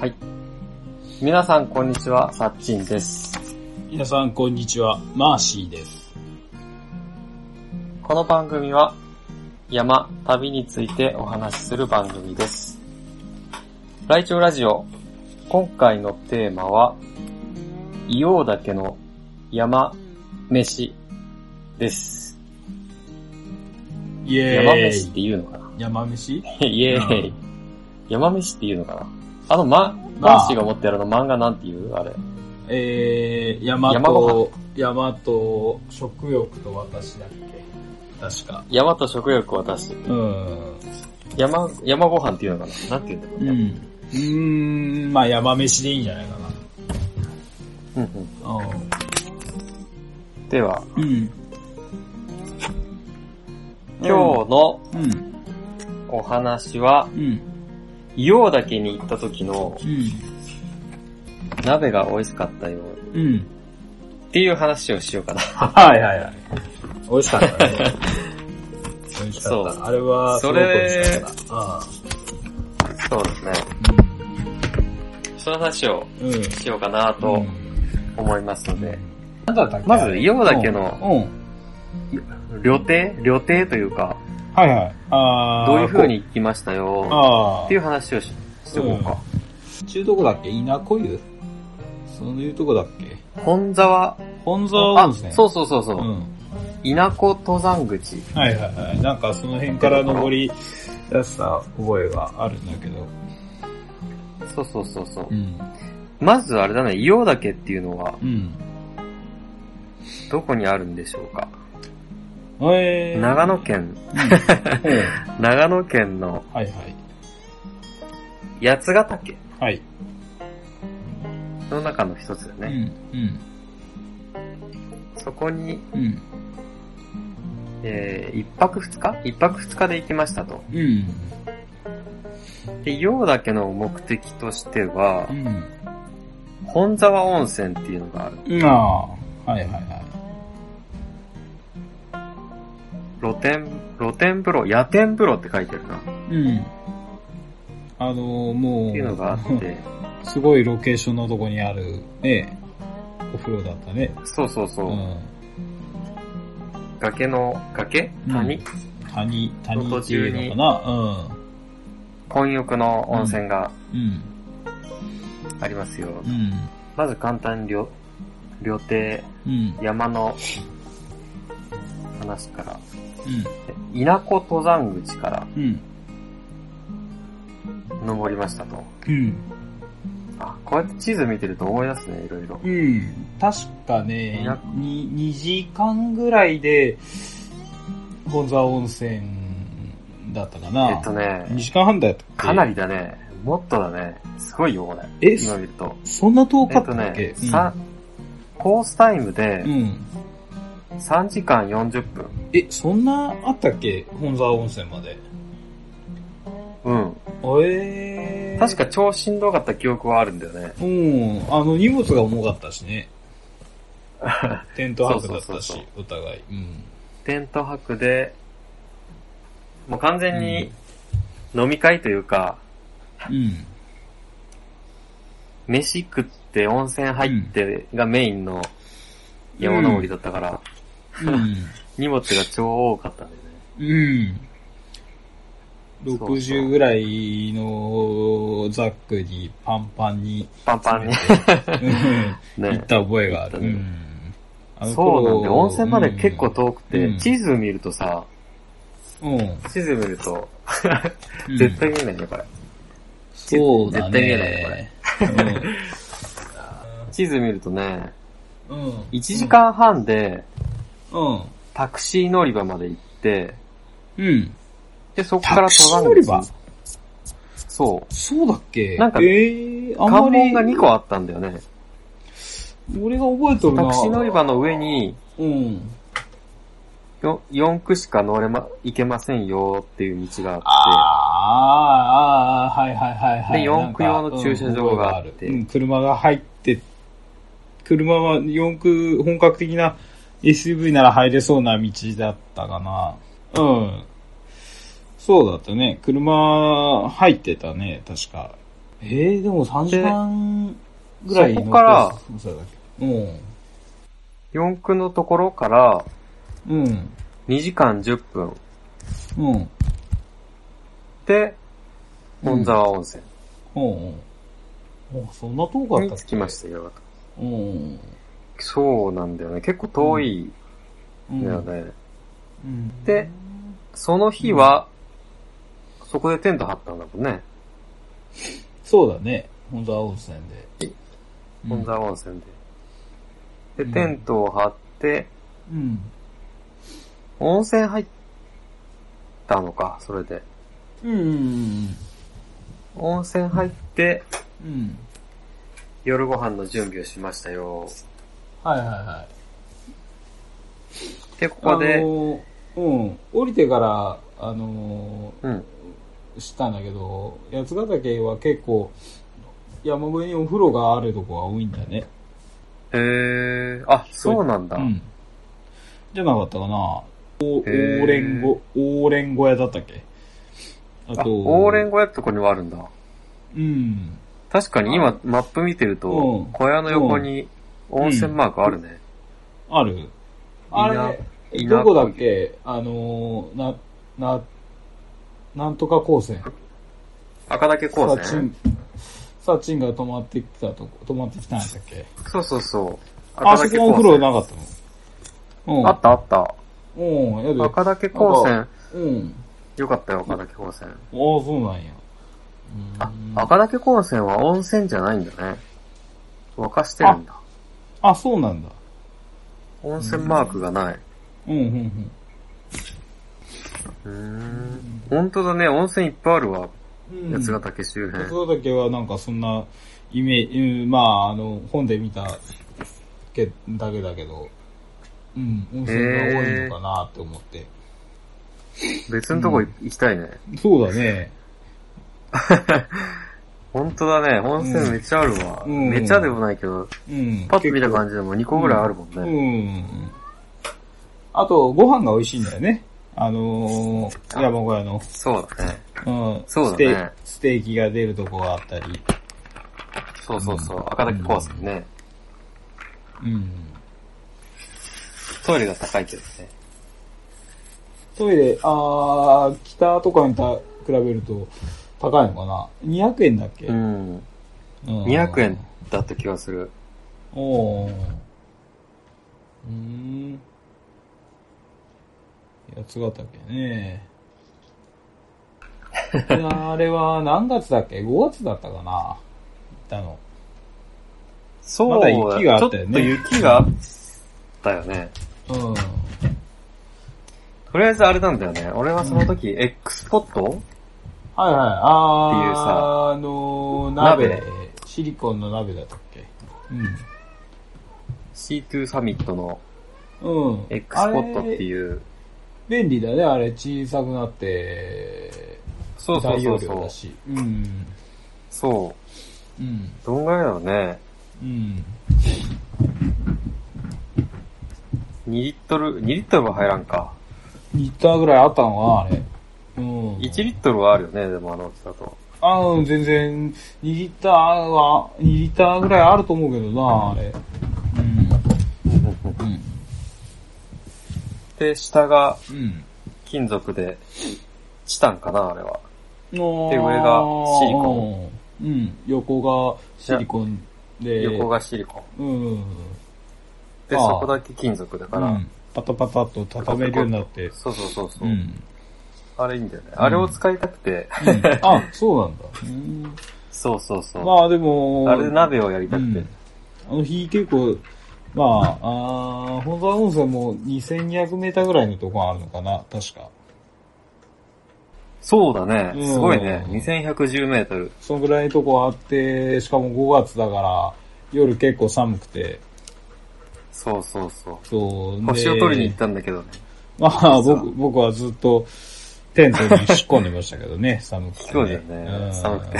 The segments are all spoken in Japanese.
はい。皆さん、こんにちは。さっちんです。皆さん、こんにちは。マーシーです。この番組は、山、旅についてお話しする番組です。ライチョウラジオ、今回のテーマは、硫黄岳の山飯です。イェーイ。山飯って言うのかな 山飯イエーうイ。山飯って言うのかなあの、ま、まあマーシーが持ってるあの漫画なんていうあれ。えー、山山ごと、山と、食欲と私だっけ確か。山と食欲を出し、うん。山、山ご飯っていうのかななんて言うんだろううん。ね。うーん、まあ山飯でいいんじゃないかうんうんな。では、うん。うん。今日の日、うん、お話は、うん、硫黄岳に行った時のうん、鍋が美味しかったようん。っていう話をしようかな。はいはいはい。美味しかった ね。美味しかそっうた。あれは、すごく美味しかった。あそうですね。その話をあうん。うん。しようかなうとん思いますので、なんだったっけまず硫黄岳のうん。うん旅程旅程というか、はいはい。あーどういう風。に行きましたよああってい。う話をししておこうか。中どこだっけ稲子湯そういうとこだっけ本沢、本沢なんですね。そうそうそうそう、うん。稲子登山口。はいはいはい。なんかその辺から登り出した覚えがあるんだけど。そうそうそうそう、ん。まずあれだね、硫黄岳っていうのはうん。どこにあるんでしょうか。えー。長野県、うんはい長野県のはい。八ヶ岳はい。の中の一つだうね。ん。うん。そこに、うん。えー、一泊二日一泊二日で行きましたと。うん。で、陽だけの目的としてはう、ん。本沢温泉っていうのがある。うん。ああ。はいはいはい。露天、露天風呂、夜天風呂って書いてるな。っうん。あのー、もう。ていうのがあって、 すごいロケーションのとこにある、ね、お風呂だったね。そうそうそうう、ん。崖の、崖谷、うん谷、谷っていうのかな混浴の温泉がうん。うん。ありますよ。うん。まず簡単に旅、旅程、うん。山の話から、うん。稲子登山口からうん。登りましたと。うん。あ、こうやって地図見てると思い出すね、いろいろ。うん。確かねな、に2時間ぐらいで、本沢温泉だったかな。えっと2ね、時間半だったっけかなり。だね。もっとだね。すごいよ、これ。え、今そ見ると。そんな遠えかっったとっけ、ね、さ、コースタイムでうん。うん。 3時間40分。え、そんなあったっけ本沢温泉まで。うん。えー。確か超しんどかった記憶はあるんだよね。うん、あの、荷物が重かったし ね。テント泊だっそうそたうそうし、お互い。うん。 テント泊で、もう完全に飲み会というか、うん。飯食って温泉入ってがメインの山登りだったから、うん。荷物が超多かったんだよね。うん。そうそう60ぐらいのザックにパンパンに、パンパンに。うん行 ねっ。た覚えがあ行ったる。ねんあのそう頃なんだよ。温泉まで結構遠くて、うん地図見るとさ、うん。地図見ると、う ん絶対見えないね、これ。そうだ絶対見えないね。地図見るとね、うんうん。 1時間半でうん。タクシー乗り場まで行って、うん。で、そこからタ登クシー山乗り場口。そそうだっけなんかえー、う。あん関まり門が2個あったんだよね。俺が覚えとるな。タクシー乗り場の上にうん。 4、四区しか乗れま、行けませんよっていう道があっあーあー、はいはいはいはい。でな四んか駆用の駐車場があってうん、車が入って、車は四駆本格的な SUV なら入れそうな道だったかな。うん。そうだったね。車入ってたね、確か。えー、でも3時間ぐらいのそこからペースそうだっけう四駆のところからん。うん。 2時間10分うん。で、本沢温泉うんうん。おそんな遠かっにたっ着きましたよ。た。うん。そうなんだよね。結構遠いうんだよね。んで、その日は、そこでテント張ったんだもんね。そうだね。本沢温泉で。本沢温泉で。うで、んテントを張って、うん。温泉入ったのか、それで。うん。うん。温泉入って、うん。夜ご飯の準備をしましたよ。はいはいはい。で、ここで、あのーうん。降りてから、あのうん。ー知ったんだけど、八ヶ岳は結構、山越えにお風呂があるとこが多いんだね。へー、あ、そうなんだ。うん。じゃなかったかな。お、オへーーレンゴ、オーレン小屋だったっけああ、と、オーレン小屋ってとこにはあるんだ。うん。確かに今、マップ見てるとうん、小屋の横に温泉マークあるね。あるあれね、いなどこだっけあのー、な、な、なんとか高専。赤岳高サチ専ン、サチンが泊まってきたとこ、泊まってきたんやったっけそうそうそう。あそこのお風呂ななかったのうん。あったあった。うん、やで。赤岳高な専。うん。よかったよ、赤岳高専。ああ、そうなんや。あうん、赤岳高専は温泉じゃないんだね。沸かしてるんだ。あ、そうなんだ。温泉マークがない。うん、うん、ううーん。ん。本当だね、温泉いっぱいあるわ。うん八ヶ岳周辺。八ヶ岳はなんかそんなイメージ、うんまあ、あの、本で見たけだけだけど、うん、温泉が多いのかなって思って。別のとこい行きたいね。そうだね。本当だね、温泉めっちゃあるわ。うんめっちゃでもないけど、うん。パッと見た感じでも2個ぐらいあるもんうんね。うん。あと、ご飯が美味しいんだよね。あのー、山小屋の。そうだね。うん。そうだねステ。ステーキが出るとこがあったり。そうそうそう、赤岳高専ね。うん。トイレが高いけどね。トイレ、あー、北とかにた比べると高いのかな。200円だっけ、うん。うん200円だった気がする。おお。うーん。八ヶ岳 ね。いやあれは何月だっけ ?5 月だったかな行ったの。そうまだ雪があったちよねょっと雪があったよね。うん。とりあえずあれなんだよね。俺はその時、X ポットはいはい。っていうあさー、あのー、鍋鍋シリコンの鍋だったっけうん。 ?C2 サミットのうん。 X ポットってう。いう。便利だね、あれ。小さくなって、そうそうそう大容量そうだ。し。うん。そう。うん。どんぐらいだろうね。うん。 2リットル、2リットルは入らんか。 2リッターぐらいあったのはあれ。うん。 1リットルはあるよね、でもあの大きさと。あうん、全然、2リッターは、2リッターぐらいあると思うけどな、あれ。うん。うん。で、下がうん。金属で、チタンかな、あれは。で、上で上がシリコン。うん。横がシリコンで。横。がシリコン。うん。で、あーそこだけ金属だかうら。ん。パタパタと畳めるようになって。そうそうそうそうう。ん。あれいいんだよね。あれを使いたくて。うんあ、そうなんだ。うん そうそうそう。まあでも、あれで鍋をやりたくて。うんあの日結構、まあ、あー本沢温泉も2200メーターぐらいのとこあるのかな、確か。そうだね。うんすごいね。2110メートル。そのぐらいのとこあって、しかも5月だから、夜結構寒くて、そうそうそう。そう、で星を取りに行ったんだけどね。まあ、僕、僕はずっと、テントに引っ込んでましたけど ね、寒くて、ね。そうですね寒くて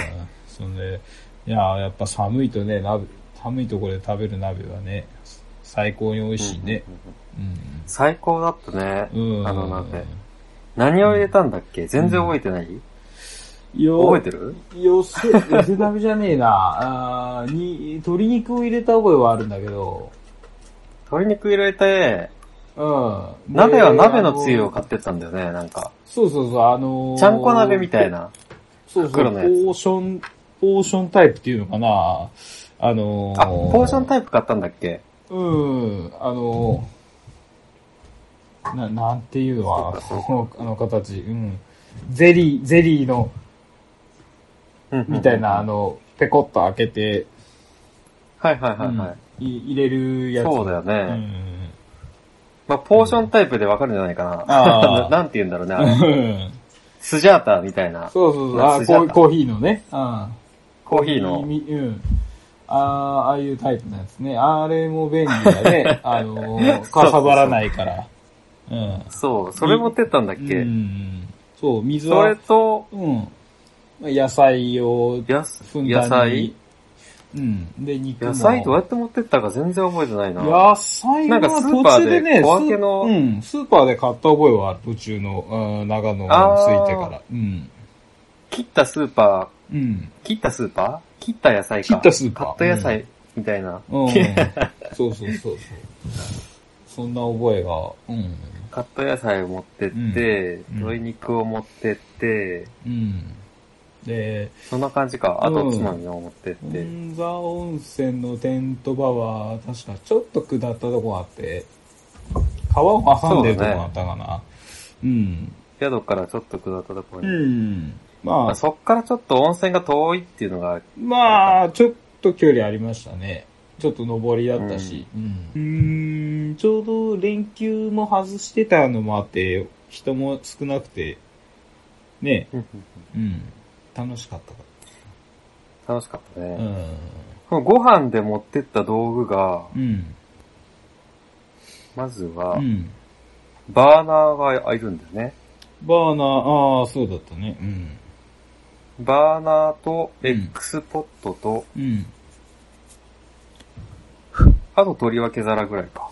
そんで、いやー、やっぱ寒いとね、鍋、寒いところで食べる鍋はね、最高に美味しいね。うんうんうんうん。最高だったね、うんあの鍋。何を入れたんだっけ全然覚えてない、よ覚えてる寄せ、 寄せ鍋じゃねえな。あーに、鶏肉を入れた覚えはあるんだけど。鶏肉入れて、うん。で鍋は鍋のつゆをあ買ってったんだよね、なんか。そうそうそう、あのーちゃんこ鍋みたい。な。そうそう、袋ポのやつーション、ポーションタイプっていうのかな。あのあ、ポーションイタイプ買ったんだっけプうん、あのーな、なんていうのは、この、あの形、うん。ゼリー、ゼリーの、みたい。うんうんな、あの、ペコッと開けて、はいはいはいはい。うんい入れるやつ。そうだよね。うん。まあ、ポーションタイプでわかるんじゃないかな。あ ーなんて言うんだろうねあれ。 スジャータみたいな。そうそうそう、あ夏じゃコんーコーヒーのね。うん。コーヒーの。みうん。ああ、ああいうタイプのやつね。あれも便利だ ね。あのー、かさばらないから。うん。そう、それ持ってったんだっけ、うん。そう、水それは、と、うん。野菜をやふんだん野に。菜うん。で、肉も。野菜どうやって持ってったか全然覚えてないな。野菜なはんかスー途パー中ででね、小分けのスーうん、スーパーで買った覚えはある。途中の、うん長野に着いてから。うん。切ったスーパうん。ー、切ったスーパー切った野菜か。切ったスーパーカット野菜みたいな。うん。そうそうそうそう。そんな覚えが、うん。カット野菜を持ってって、うん鶏肉を持ってって、うん。で、そんな感じか。あとうんつまみを持ってって。本座温泉のテント場は、確かちょっと下ったとこがあって、川を挟んでるとこがあったかな。うん。宿からちょっと下ったところうに。ん。ままああ、そっからちょっと温泉が遠いっていうのが、まあ、ちょっと距離ありましたね。ちょっと上りだったし。うん。うん、ちょうど連休も外してたのもあって、人も少なくて、ね、うん。楽しかったか楽しかったら。ね。ん。このご飯で持ってった道具が、うん。まずうは、ん。バーナーがいるんだよね。バーナー、ああ、そうだったね。うん。バーナーと、うん X ポットと、うん。あと取り分け皿ぐらいか。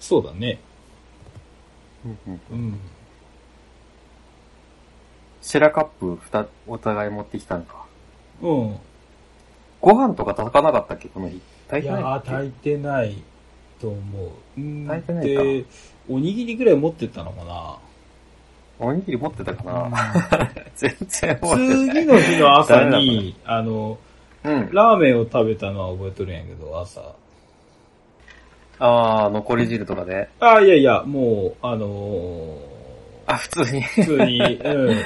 そうだね。うん。シェラカップふたお互い持ってきたのか。うん。ご飯とか炊かなかったっけこの日。い炊いてやないー、っけ炊いてないと思う。うん炊いてないかで、おにぎりぐらい持ってったのかな。おにぎり持ってたかな、うん全然覚えてない。次の日 の朝ダメに、あの、うん。ラーメンを食べたのは覚えとるんやけど、朝。あー、残り汁とかで。ああ、いやいや、もう、あのあ、普通に。ー、普通に、うん。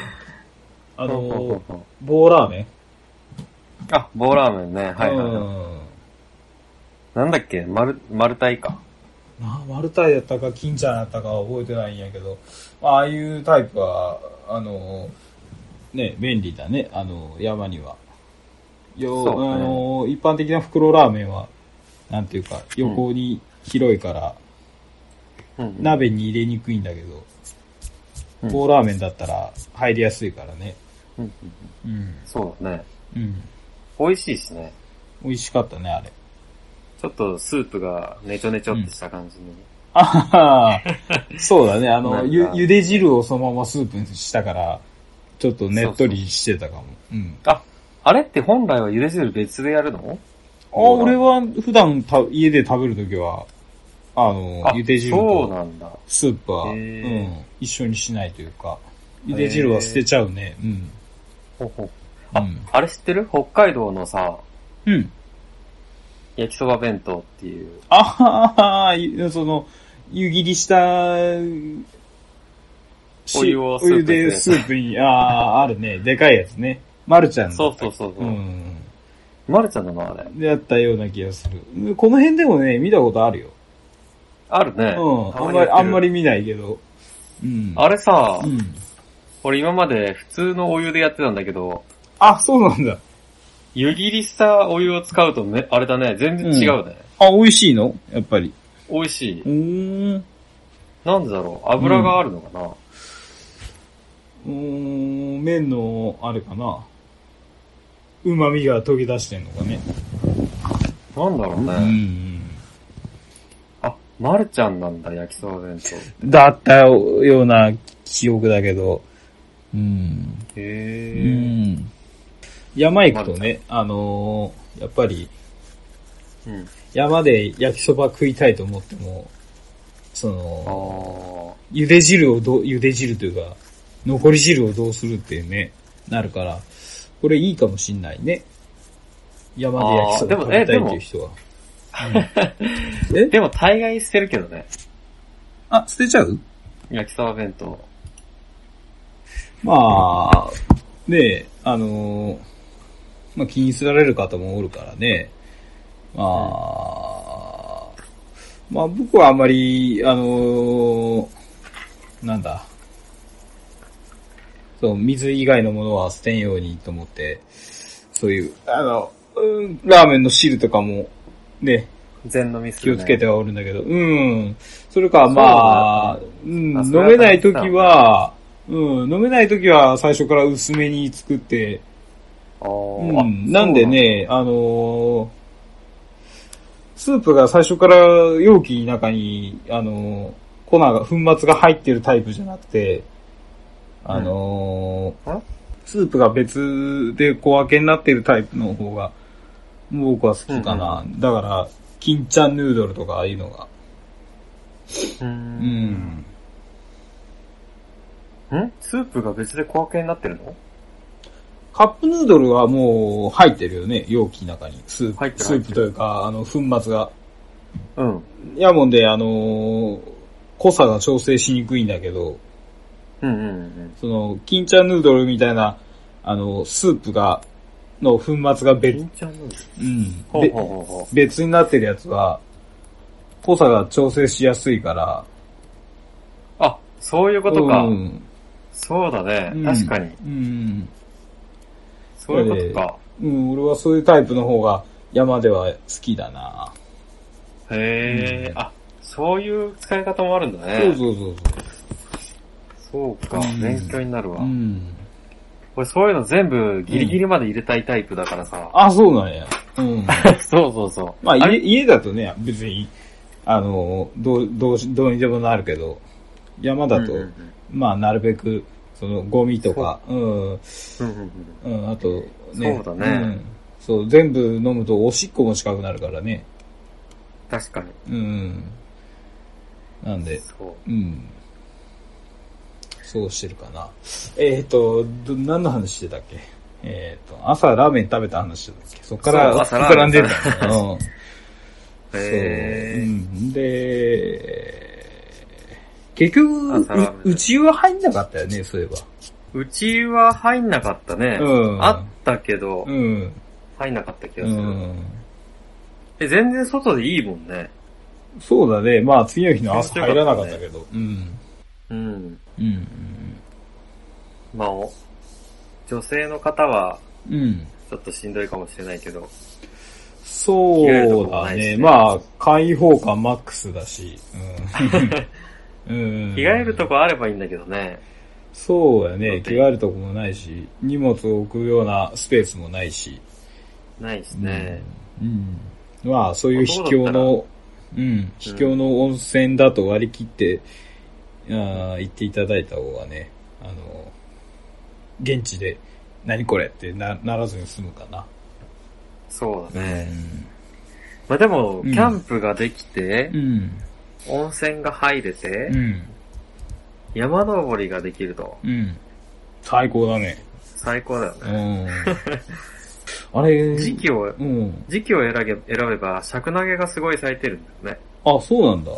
あうんうんうんうのー、ん棒ラーメン あ、棒ラーメンね。はいはい、はい。うん。なんだっけ丸、丸太いか。なマルタイだったか、金ちゃんだったかは覚えてないんやけど、まあああいうタイプは、あの、ね、便利だね、あの、山には。よ、そうねあの、一般的な袋ラーメンは、なんていうか、横に広いから、うん。鍋に入れにくいんだけど、うん棒ラーメンだったら入りやすいからね。うんうんうん。そうだね。うん。美味しいしね。美味しかったね、あれ。ちょっとスープがねちょねちょってした感じに。あはは そうだね、あ なの、んかゆ、ゆで汁をそのままスープにしたから、ちょっとねっとりしてたかも。うん。あ、あれって本来は茹で汁別でやるのあ、俺は普段た家で食べるときは、あの、あ茹で汁そうとなんだ。スープは、へうーん、一緒にしないというか、へー茹で汁は捨てちゃうね。うん。ほうほううあん。あれ知ってる北海道のさ、うん。焼きそば弁当っていう。あははは、その、湯切りした、しお湯をスおープに湯でスープに、ああ、あるね。でかいやつね。まるちゃんの。そうそうそうそう。うん。まるちゃんなのあれ。やったような気がする。この辺でもね、見たことあるよ。あるね。うん。たあんやまってり、るあんま。り見ないけど。うん。あれさ、うん。俺今まで普通のお湯でやってたんだけど、あ、そうなんだ。湯切りしたお湯を使うとね、あれだね、全然違うね。あ、美味しいのやっぱり。美味しい。ーん。なんでだろう油があるのかな、うーん、麺の、あれかな。旨味が溶け出してんのかね。なんだろううね。ん。あ、まるちゃんなんだ、焼きそば弁当。だったような記憶だけど。うん。うへん。山行くとね、あのーやっぱりえ。うん。山で焼きそば食いたいと思っても、そあの、ー茹で汁をどう、茹で汁というか、残り汁をどうするってね、なるから、これいいかもしんないね。山で焼きそばあーでも食べたいってえでもいう人は。うんえでも、大概捨てるけどね。あ、捨てちゃう焼きそば弁当。まあ、ねあのーまあ気にすられる方もおるからね。まあ、まあ僕はあんまり、あのーなんだ。そう、水以外のものは捨てんようにと思って、そういう、あの、うんラーメンの汁とかも、ね、全飲みす気る、をね。つけてはおるんだけど、うん。それか、そうだねまあ、うん、あ飲それはめないときは、うん、飲めないときは最初から薄めに作って、あーうあん、なんでね、あのースープが最初から容器の中に、あのー粉が、粉末が入ってるタイプじゃなくて、あのーうんあスープが別で小分けになってるタイプの方が、僕は好きかな。だから、金ちゃんヌードルとかああいうのがそうなんうだ。うん。ん。んスープが別で小分けになってるのカップヌードルはもう入ってるよね、容器の中に。スー入ってプ、るス入っーてプるというか、あの、粉末が。うん。やもんで、あのー濃さが調整しにくいんだけど、うんうんうん。その、金ちゃんヌードルみたいな、あの、スープが、の粉末が別、緊張なんです。うん、ほうべほうほうほ別になってるやつは、濃さが調整しやすいかう。ら。あ、そういうことか。うん。そうだね、うん確かに。うん。そういうことか。うん、俺はそういうタイプの方が山では好きだな。へえ、うんあ、そういう使い方もあるんだね。そうそうそうそう。そうかう、ん勉強になるわ。うん。俺そういうの全部ギリギリまで入れたいタイプだからさ。あ、そうなんや。うん。そうそうそう。まあ、れ家、家だとね、別に、あの、どう、どうし、どうにでもなるけど、山だと、うんうんまあ、なるべく、その、ゴミとか、うん、うんうんうんうん、あと、ね。そうだねんそう、全部飲むと、おしっこも近くなるからね。確かに。うん。なんで、そう。うん。そうしてるかな。えっ、ー、と、ど何の話してたっけえっ、ー、と、朝ラーメン食べた話してたっけそっかそうら、朝ラーメン膨らんでたんだ。うん。そう。へうえ。ん、で、結局、朝ラーメンう、うちは入んなかったよね、そういえば。うちは入んなかったね。うんあったけど、うん。入んなかった気がうする、ん。え、全然外でいいもんね。そうだね、まあ次の日の朝入らなかったけど。うん。うん。うん。まあ、お女性の方はうん。ちょっとしんどいかもしれないけど。そうだね。まあ、開放感マックスだし。 うん。うん着替えるとこあればいいんだけどね。そうやね。着替えるとこもないし、荷物を置くようなスペースもないし。ないしね。うん。まあ、そういう秘境の、うん、秘境の温泉だと割り切って、あー行っていただいた方がね、あの、現地で、何これってなならずに済むかな。そうだうね。ん。まあでも、うキんャンプができて、うん。温泉が入れてう、ん。山登りができると、うん。最高だね。最高だよね。 あれ、時期を、うん。時期を選べ選べば、尺投げがすごい咲いてるんだよね。あ、そうなんだ。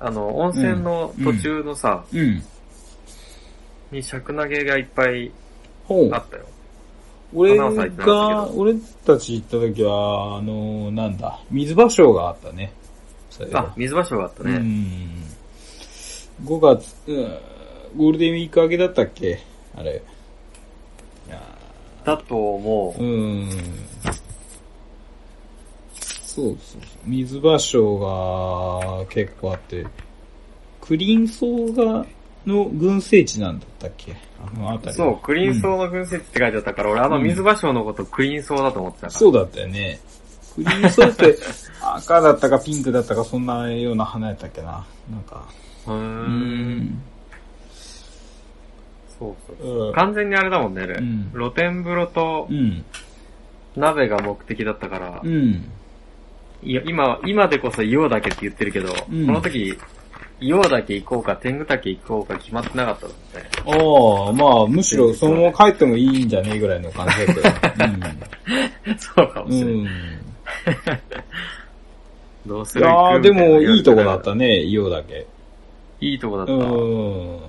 あの、温泉の途中のさ、うん。に尺投げがいっぱいほうあ。ったよ。俺花咲いてなかったが、け俺たち行った時は、あのー、なんだ、水芭蕉があったね。そういえばあ、水場所があったうね。ん。5月、うん、ゴールデンウィーク明けだったっけあれ。いやだと思ーうん。そうそうそう。水芭蕉が結構あって、クリンソウがの群生地なんだったっけあの辺り。そう、クリーンソーの群生地って書いてあったから、俺あんま水場所のことクリーンソーだと思ってたから。そうだったよね。クリームソースって赤だったかピンクだったかそんなような花やったっけな。なんか。ううーん。ん。そうそううそう。ん。完全にあれだもんね、あれうん露天風呂とうん。鍋が目的だったからう、ん。いや今、今でこそ硫黄岳って言ってるけど、うんこの時、硫黄岳行こうか天狗岳行こうか決まってなかったもんね。 ああ、まあ、むしろそのまま帰ってもいいんじゃねえぐらいの感じだったよ。そうかもうしれん。ない。うん。どうすいるやー行くでみたいなもいいとこだったね、イオだけ。いいとこだったう。ん。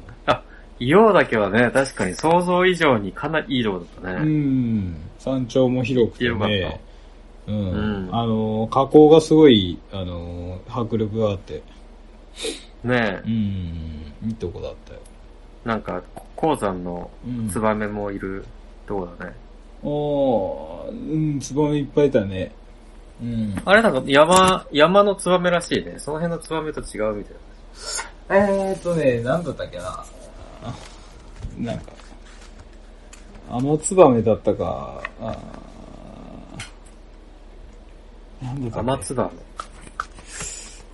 硫黄岳はね、確かに想像以上にかなりいいとこだっうたね。ん。山頂も広くてよかっね。うん。うんあのー、火口がすごい、あのー、迫力があって。た。ねうえ、ん。いいとこだったよ。なんか、鉱山のうん。ツバメもいるとこだね。おー、うん、ツバメいっぱいいたね。うん。あれなんか山、山のツバメらしいね。その辺のツバメと違うみたいな。えーっとね、なんだったっけな。なんか、あのツバメだったか、あーなんだったっけ雨ツバメ。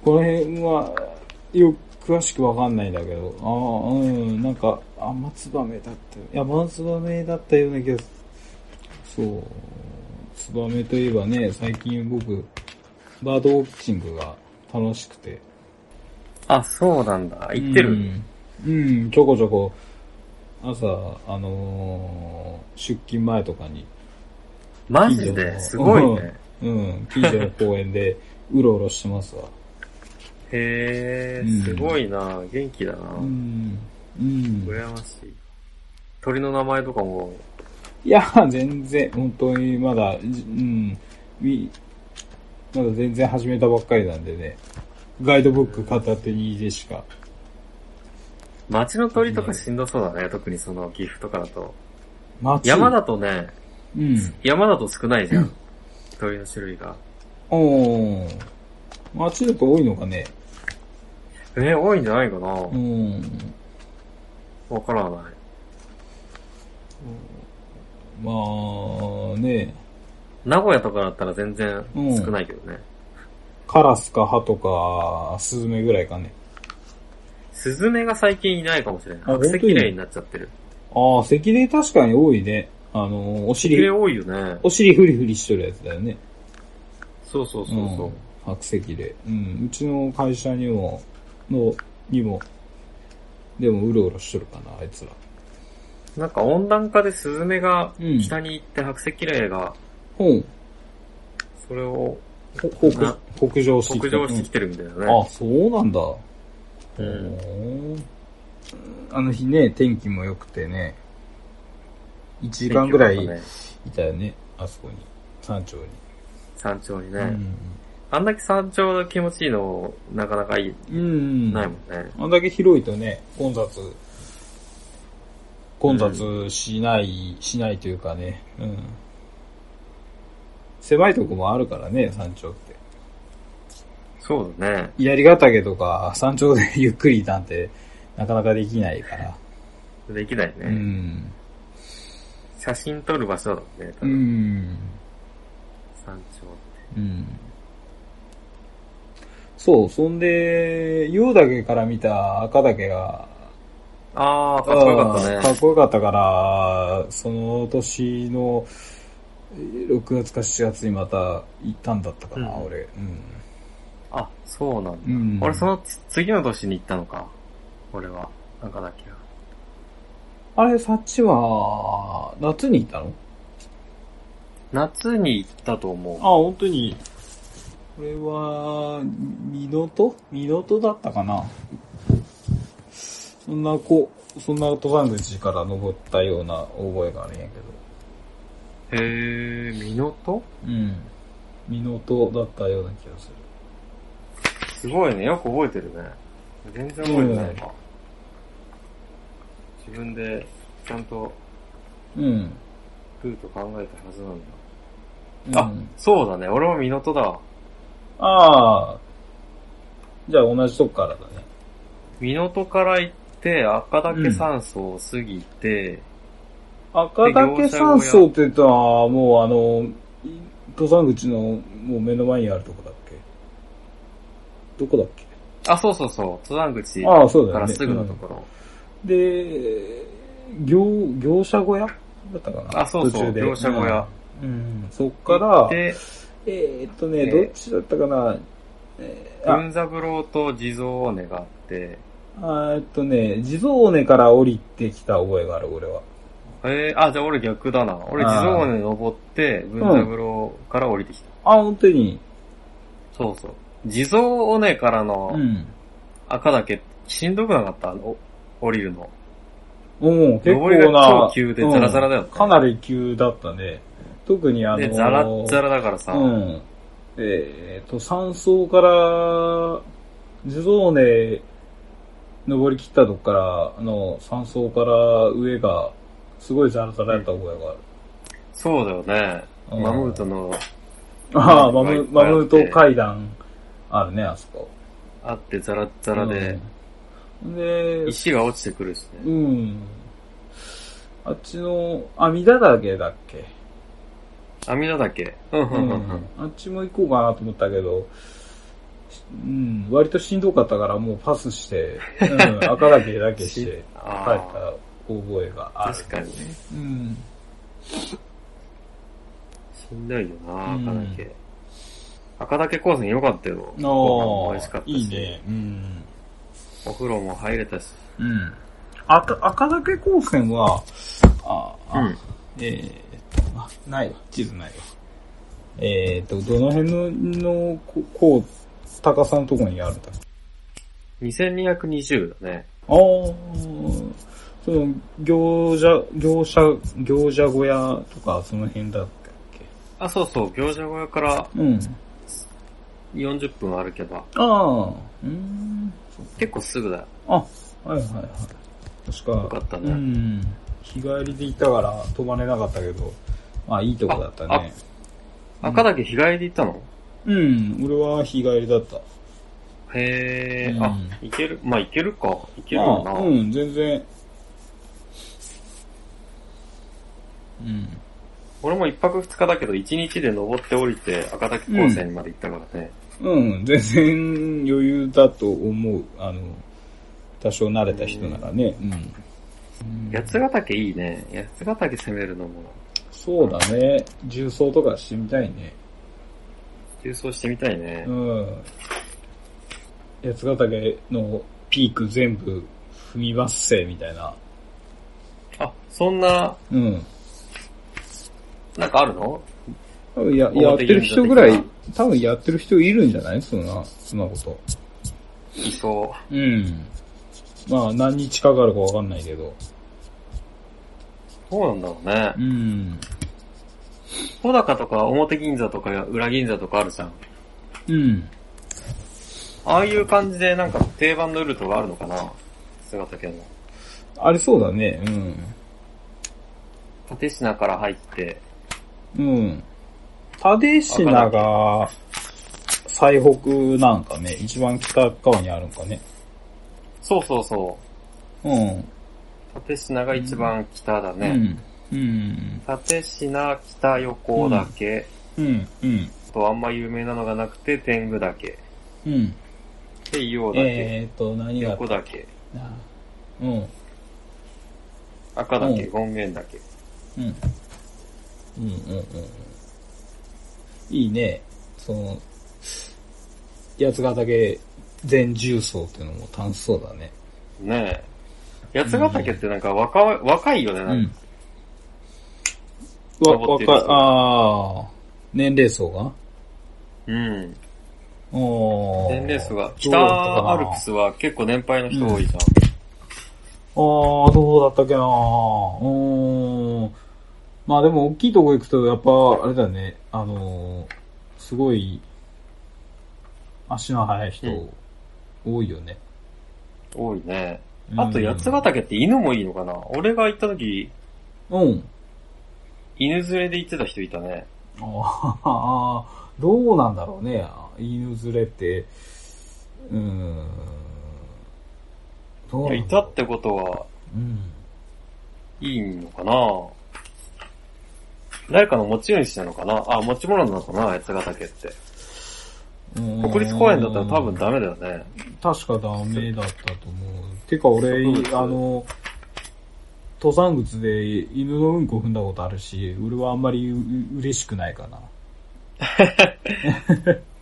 この辺は、よく詳しくわかんないんだけど、ああ、うん、なんか、アマツバメだったよ。いや、アマツバメだったような気がする。そう。ツバメといえばね、最近僕、バードウォッチングが楽しくて。あ、そうなんだ。行ってる。うん、うんちょこちょこ、朝、あのー出勤前とかに、マジ近所でのすごいね。うん、近所の公園で、うろうろしてますわ。 へうんー、すごいな元気だなうん。うん。羨ましい。鳥の名前とかも、いや、全然、本当にまだ、じうん、み、まだ全然始めたばっかりなんでね、ガイドブック片手にでしか。街の鳥とかしんどそうだね。特にその岐阜とかだと。松山だとね、うん。山だと少ないじゃん。鳥の種類が。おー。松だと多いのかね。えー、多いんじゃないかなうん。わからない。まあ、ね、名古屋とかだったら全然うん少ないけどね。カラスかハとか、スズメぐらいかね。スズメが最近いないかもしれない。あ本白当に石霊になっちゃってる。ああ、赤霊確かに多いね。あのー、お綺麗尻、多いよね。お尻フリフリしとるやつだよね。そうそうそうそう。ん白石で。うん。うちの会社にも、の、にも、でもうろうろしとるかな、あいつら。なんか温暖化でスズメがうん北に行って白石霊がほん。それをほ、な北、北上して北きた上してきてるみたいなうね。んあ、そうなんだ。うんほうあの日ね、天気も良くてね、1時間ぐらい天気良かっいたねたよね、あそこに、山頂に。山頂にね、うんあんだけ山頂が気持ちいいの、なかなかいい、うん。うん。ないもんね。あんだけ広いとね、混雑、混雑しない、しないというかね、うん。狭いとこもあるからね、山頂って。そうだね。槍ヶ岳とか山頂でゆっくりなんてなかなかできないから。できないね。うん。写真撮る場所だもんね、多う分、ん。山頂。うん。そう、そんで、硫黄岳から見た赤岳が、あー、かっこよかったね。かっこよかったから、その年のえー6月か7月にまた行ったんだったかな、うん俺。あ、そうなんうだ。ん。俺そのつ次の年に行ったのか。俺は。なんかだっけな。あれ、サッチは、夏に行ったの夏に行ったと思うあ、。本当に。これは、みのとみのとだったかなそんな、こう、そんな登山口から登ったような覚えがあるんやけど。へー、美濃とうん。みのとだったような気がすする。ごいね。よく覚えてるね。全然覚えてないわ。自分でちゃんとうん。ルート考えたはずなんだ。あ、うんそうだね。俺も港だわ。ああ。じゃあ同じとこからだね。港から行って、赤岳山荘を過ぎて、赤岳山荘って言ったら、もうあの、登山口のもう目の前にあるとこだっけどこだっけあ、そうそうそう、登山口ああ、そうだかよらね。すぐのところ。うんで、業、業者小屋だったかなあ、そうそ途中う、で業者小屋。うんうんそっから、で、えーっとね、ねどっちだったかな、えー文三郎と地蔵を願って、あ、あーっとね、地蔵尾根から降りてきた覚えがある、俺は。えー、あ、じゃあ俺逆だな。俺地あー蔵を登って、文三郎から降りてきた。あ、本当に。そうそう。地蔵尾根からうのん。赤岳、しんどくなかったあの降りるの。おう結構登りがな超。急でザラザラだよねうんかなり急だったね。特にあので、ザラッザラだからさ、うん。えーっと、山荘から、地蔵尾根、登り切ったとこから、あの、山荘から上が、すごいザラザラやった覚えがある。そうだよね。うんマムートのああ、マいっム、ぱいあマってムと階段あるね、あそこ。あってザラッザラで、うん。で、石が落ちてくるしうね。ん。あっちの、あ、三田岳だっけ網田岳。うんうんうんうん。あっちも行こうかなと思ったけど、しうん、割としんどかったからもうパスして、うん、赤岳だけして帰った あ覚えがああ、る。確かにね。うん。しんどいよな、うん赤岳。赤岳コースに良かったよ。ご飯もお美味しかったし。いいね。うん。お風呂も入れたし。うん。赤、赤岳高専は、あ、あうん。えーっと、あ、ないわ。地図ないわ。えーっと、どの辺の、の、ここう、高さのところにあるんだっけ2220だね。ああ、その、業者、業者、業者小屋とか、その辺だったあ、っそうそう、行者小屋からけうん。 40分歩けば、ああ、うん。結構すぐだよ。あ、はいはいはい。確か、よかったうね。ん。日帰りで行ったから、泊まれなかったけど、まあ、いいとこだったね。赤岳日帰りで行ったのうん、俺は日帰りだった。へえ、うんあ、行ける、まあ行けるか。行けるまよあな。うん、全然。うん。俺も一泊二日だけど、一日で登って降りて赤岳高専にまで行ったからね。うん、全然余裕だと思う。あの、多少慣れた人ならね。うん。八ヶ岳いいね。八ヶ岳攻めるのも、そうだね。重曹とかしてみたいね。重装してみたいねう。ん。八ヶ岳のピーク全部踏みますせ、みたいな。あ、そんな、うん。なんかあるの多分や表やってる人ぐら現い象的、多分やってる人いるんじゃないそんな、そんなこと。いそうん。まあ何日かかるかわかんないけど。う。そうなんだろうねう。ん。小高とか表銀座とか裏銀座とかあるじゃん。うん。ああいう感じでなんか定番のルートがあるのかな姿岳の。ありそうだね。立科から入って、うん。うん。立科が最北なんかね、一番北側にあるんかね。そうそうそうん。う。立科が一番北だね。うん。うん。立科、北横岳、うん。うん。とあんま有名なのがなくて、天狗岳。うん。で、伊予岳、えーっと、何があっ横岳、たうん。赤岳、うん権現岳。うん。うんうんうん。いいね。その、八ヶ岳全重曹っていうのも楽しそうだね。ねえ。八ヶ岳ってなんか若い、若いよね、うなんんか。。わ、登わってるか、ああ、年齢層がうん。おー年齢層が、どうだったかな北アルプスは結構年配の人多いじゃん。ああ、どうだったっけなうーん。まあでも大きいとこ行くと、やっぱ、あれだね、あのーすごい、足の速い人、多いよね。多いね。あと、うん八ヶ岳って犬もいいのかな俺が行った時、うん。犬連れで行ってた人いたね。ああ、どうなんだろうね、犬連れって。うーん。どういや、いたってことは、うん。いいのかな誰かの持ち主なのかなあ、持ち物なのかな八ヶ岳って。国立公園だったら多分ダメだよね。確かダメだったと思う。てか俺植物、あの、登山靴で犬のうんこ踏んだことあるし、俺はあんまりう嬉しくないかな。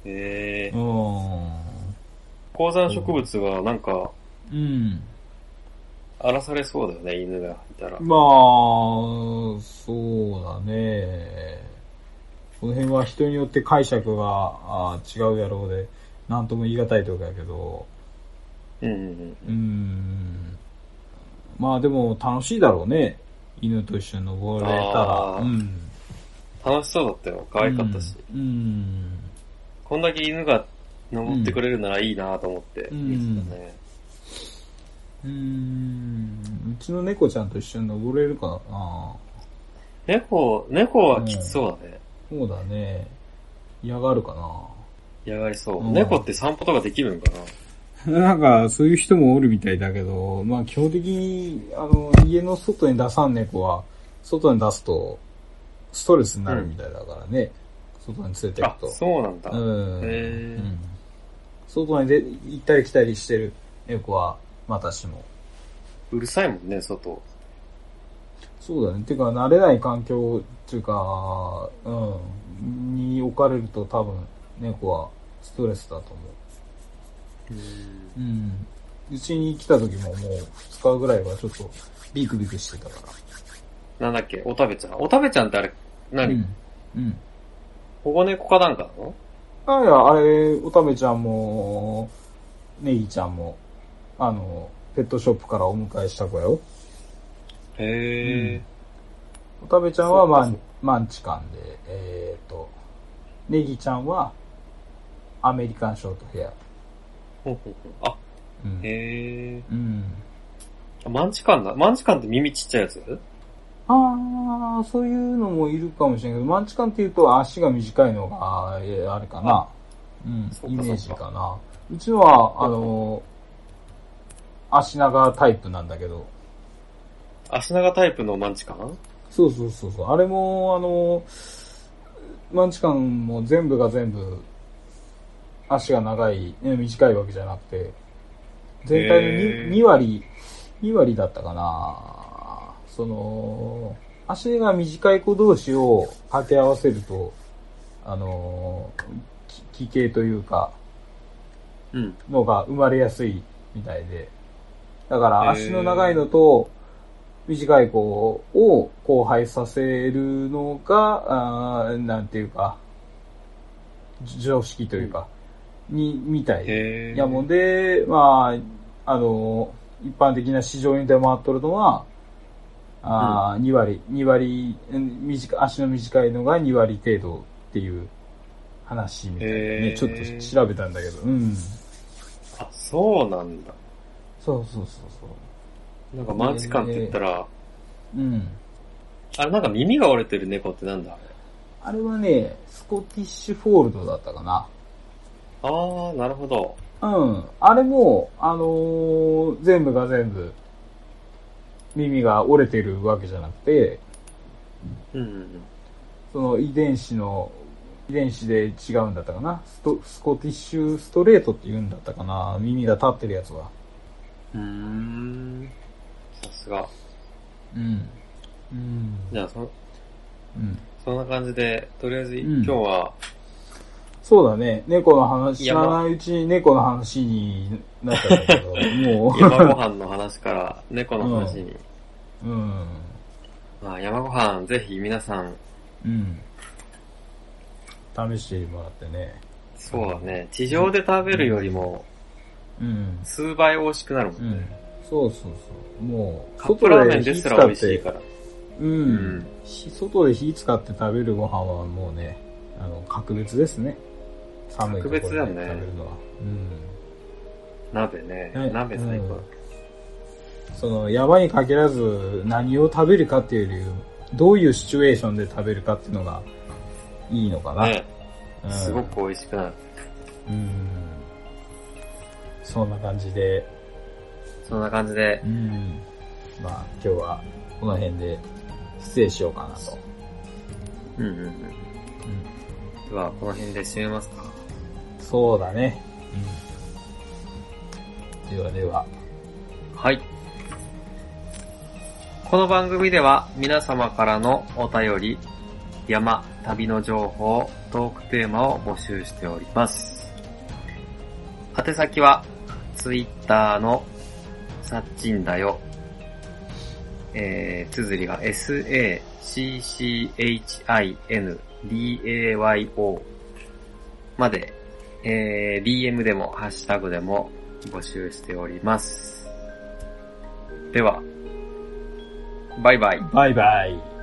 えうー、ん。鉱山植物がなんかうん。荒らされそうだよね、犬がいたら。まあ、そうだね。この辺は人によって解釈があ違うやろうで、なんとも言い難いとこやけど、うんうんうーん。まあでも楽しいだろうね。犬と一緒に登れたらあ。ーうん。うん。楽しそうだったよ。可愛かったし。うん。うん。こんだけ犬が登ってくれるならいいなと思ってうん見てたね。うーん。うちの猫ちゃんと一緒に登れるかな。猫、猫はきつそうだね。そうだね。嫌がるかな。嫌がりそうう。ん猫って散歩とかできるんかななんか、そういう人もおるみたいだけど、まあ基本的に、あの、家の外に出さん猫は、外に出すと、ストレスになるみたいだからね。外に連れていあくと。、そうなんだ。うんへーうん外にで行ったり来たりしてる猫は、またしも。うるさいもんね、外。そうだね。てか、慣れない環境っていうか、うん、に置かれると多分、猫はストレスだと思う。うん。うちに来た時ももう2日ぐらいはちょっとビクビクしてたかなんだっけ、おたべちゃん。おたべちゃんってあれ、ら。何、うん。うん。保護猫かなんかなのあいや、あれ、おためちゃんも、ネギちゃんも、あの、ペットショップからお迎えした子やよ。へおたべちゃんはマそうンかマンチカンで、えー、と、ネギちゃんはアメリカンショートヘア。ー。ほんほんほんあ、うんへうん。ー。マンチカンだ。マンチカンって耳ちっちゃいやつああ、そういうのもいるかもしれないけど、マンチカンっていうと足が短いのが、えーあれかな。うんそ、うかイメージかな。うちは、あの、足長タイプなんだけど、足長タイプのマンチカンそうそうそうそう。あれも、あの、マンチカンも全部が全部、足が長い、ね短いわけじゃなくて、全体のへー 2, 2割、2割だったかな。その、足が短い子同士を掛け合わせると、あの、き奇形というか、うん。のが生まれやすいみたいで。だからへー足の長いのと短い子を交配させるのが、あーなんていうか、じ常識というか、に、みたい。へー。やもんで、まあ、あの、一般的な市場に出回っとるのは、あー2割、2割、うん短い足の短いのが2割程度っていう話みたいなへね、ーちょっと調べたんだけど、うん。あ、そうなんだ。そうそうそうそなんかマンチカンって言ったら、う。うん。あれなんか耳が折れてる猫ってなんだあれあれはね、スコティッシュフォールドだったかな。あー、なるほど。うん。あれも、あのー全部が全部、耳が折れてるわけじゃなくて、うんうんうん。その遺伝子の、遺伝子で違うんだったかな。ストスコティッシュストレートって言うんだったかな。耳が立ってるやつは。うーん。さすが。うん。うん。じゃあ、そ、うん。そんな感じで、とりあえずん今日は、そうだね。猫の話、知山らないうちに猫の話になっちゃったけど、もう。山ご飯の話から猫の話に。 うん。まあ、山ご飯、ぜひ皆さん、うん。試してもらってね。そうだね、地上で食べるよりも、うん。数倍美味しくなるもうんんね。。そうそうそう。もう、カップラーメン火です使らっ美味しいてから。ううんん。火外で火使って食べるご飯はもうね、あの、格別ですね。寒いところで格別だね食べるのは。鍋ねうん。。鍋最う高ん。その、山に限らず何を食べるかっていうより、どういうシチュエーションで食べるかっていうのがいいのかだ。な。ね、うんすごく美味しくなる。うんそんな感じで、そんな感じでう、ん。まあ、今日はこの辺で失礼しようかなと。うんうんうん。では、この辺で締めますか。そうだね。ではでは。はい。この番組では皆様からのお便り、山、旅の情報、トークテーマを募集しております。宛先は、ツイッターの、さっちんだよ。えー、綴りが sacchindayo まで、えー、DM でも、ハッシュタグでも募集しております。では、バイバイ。バイバイ。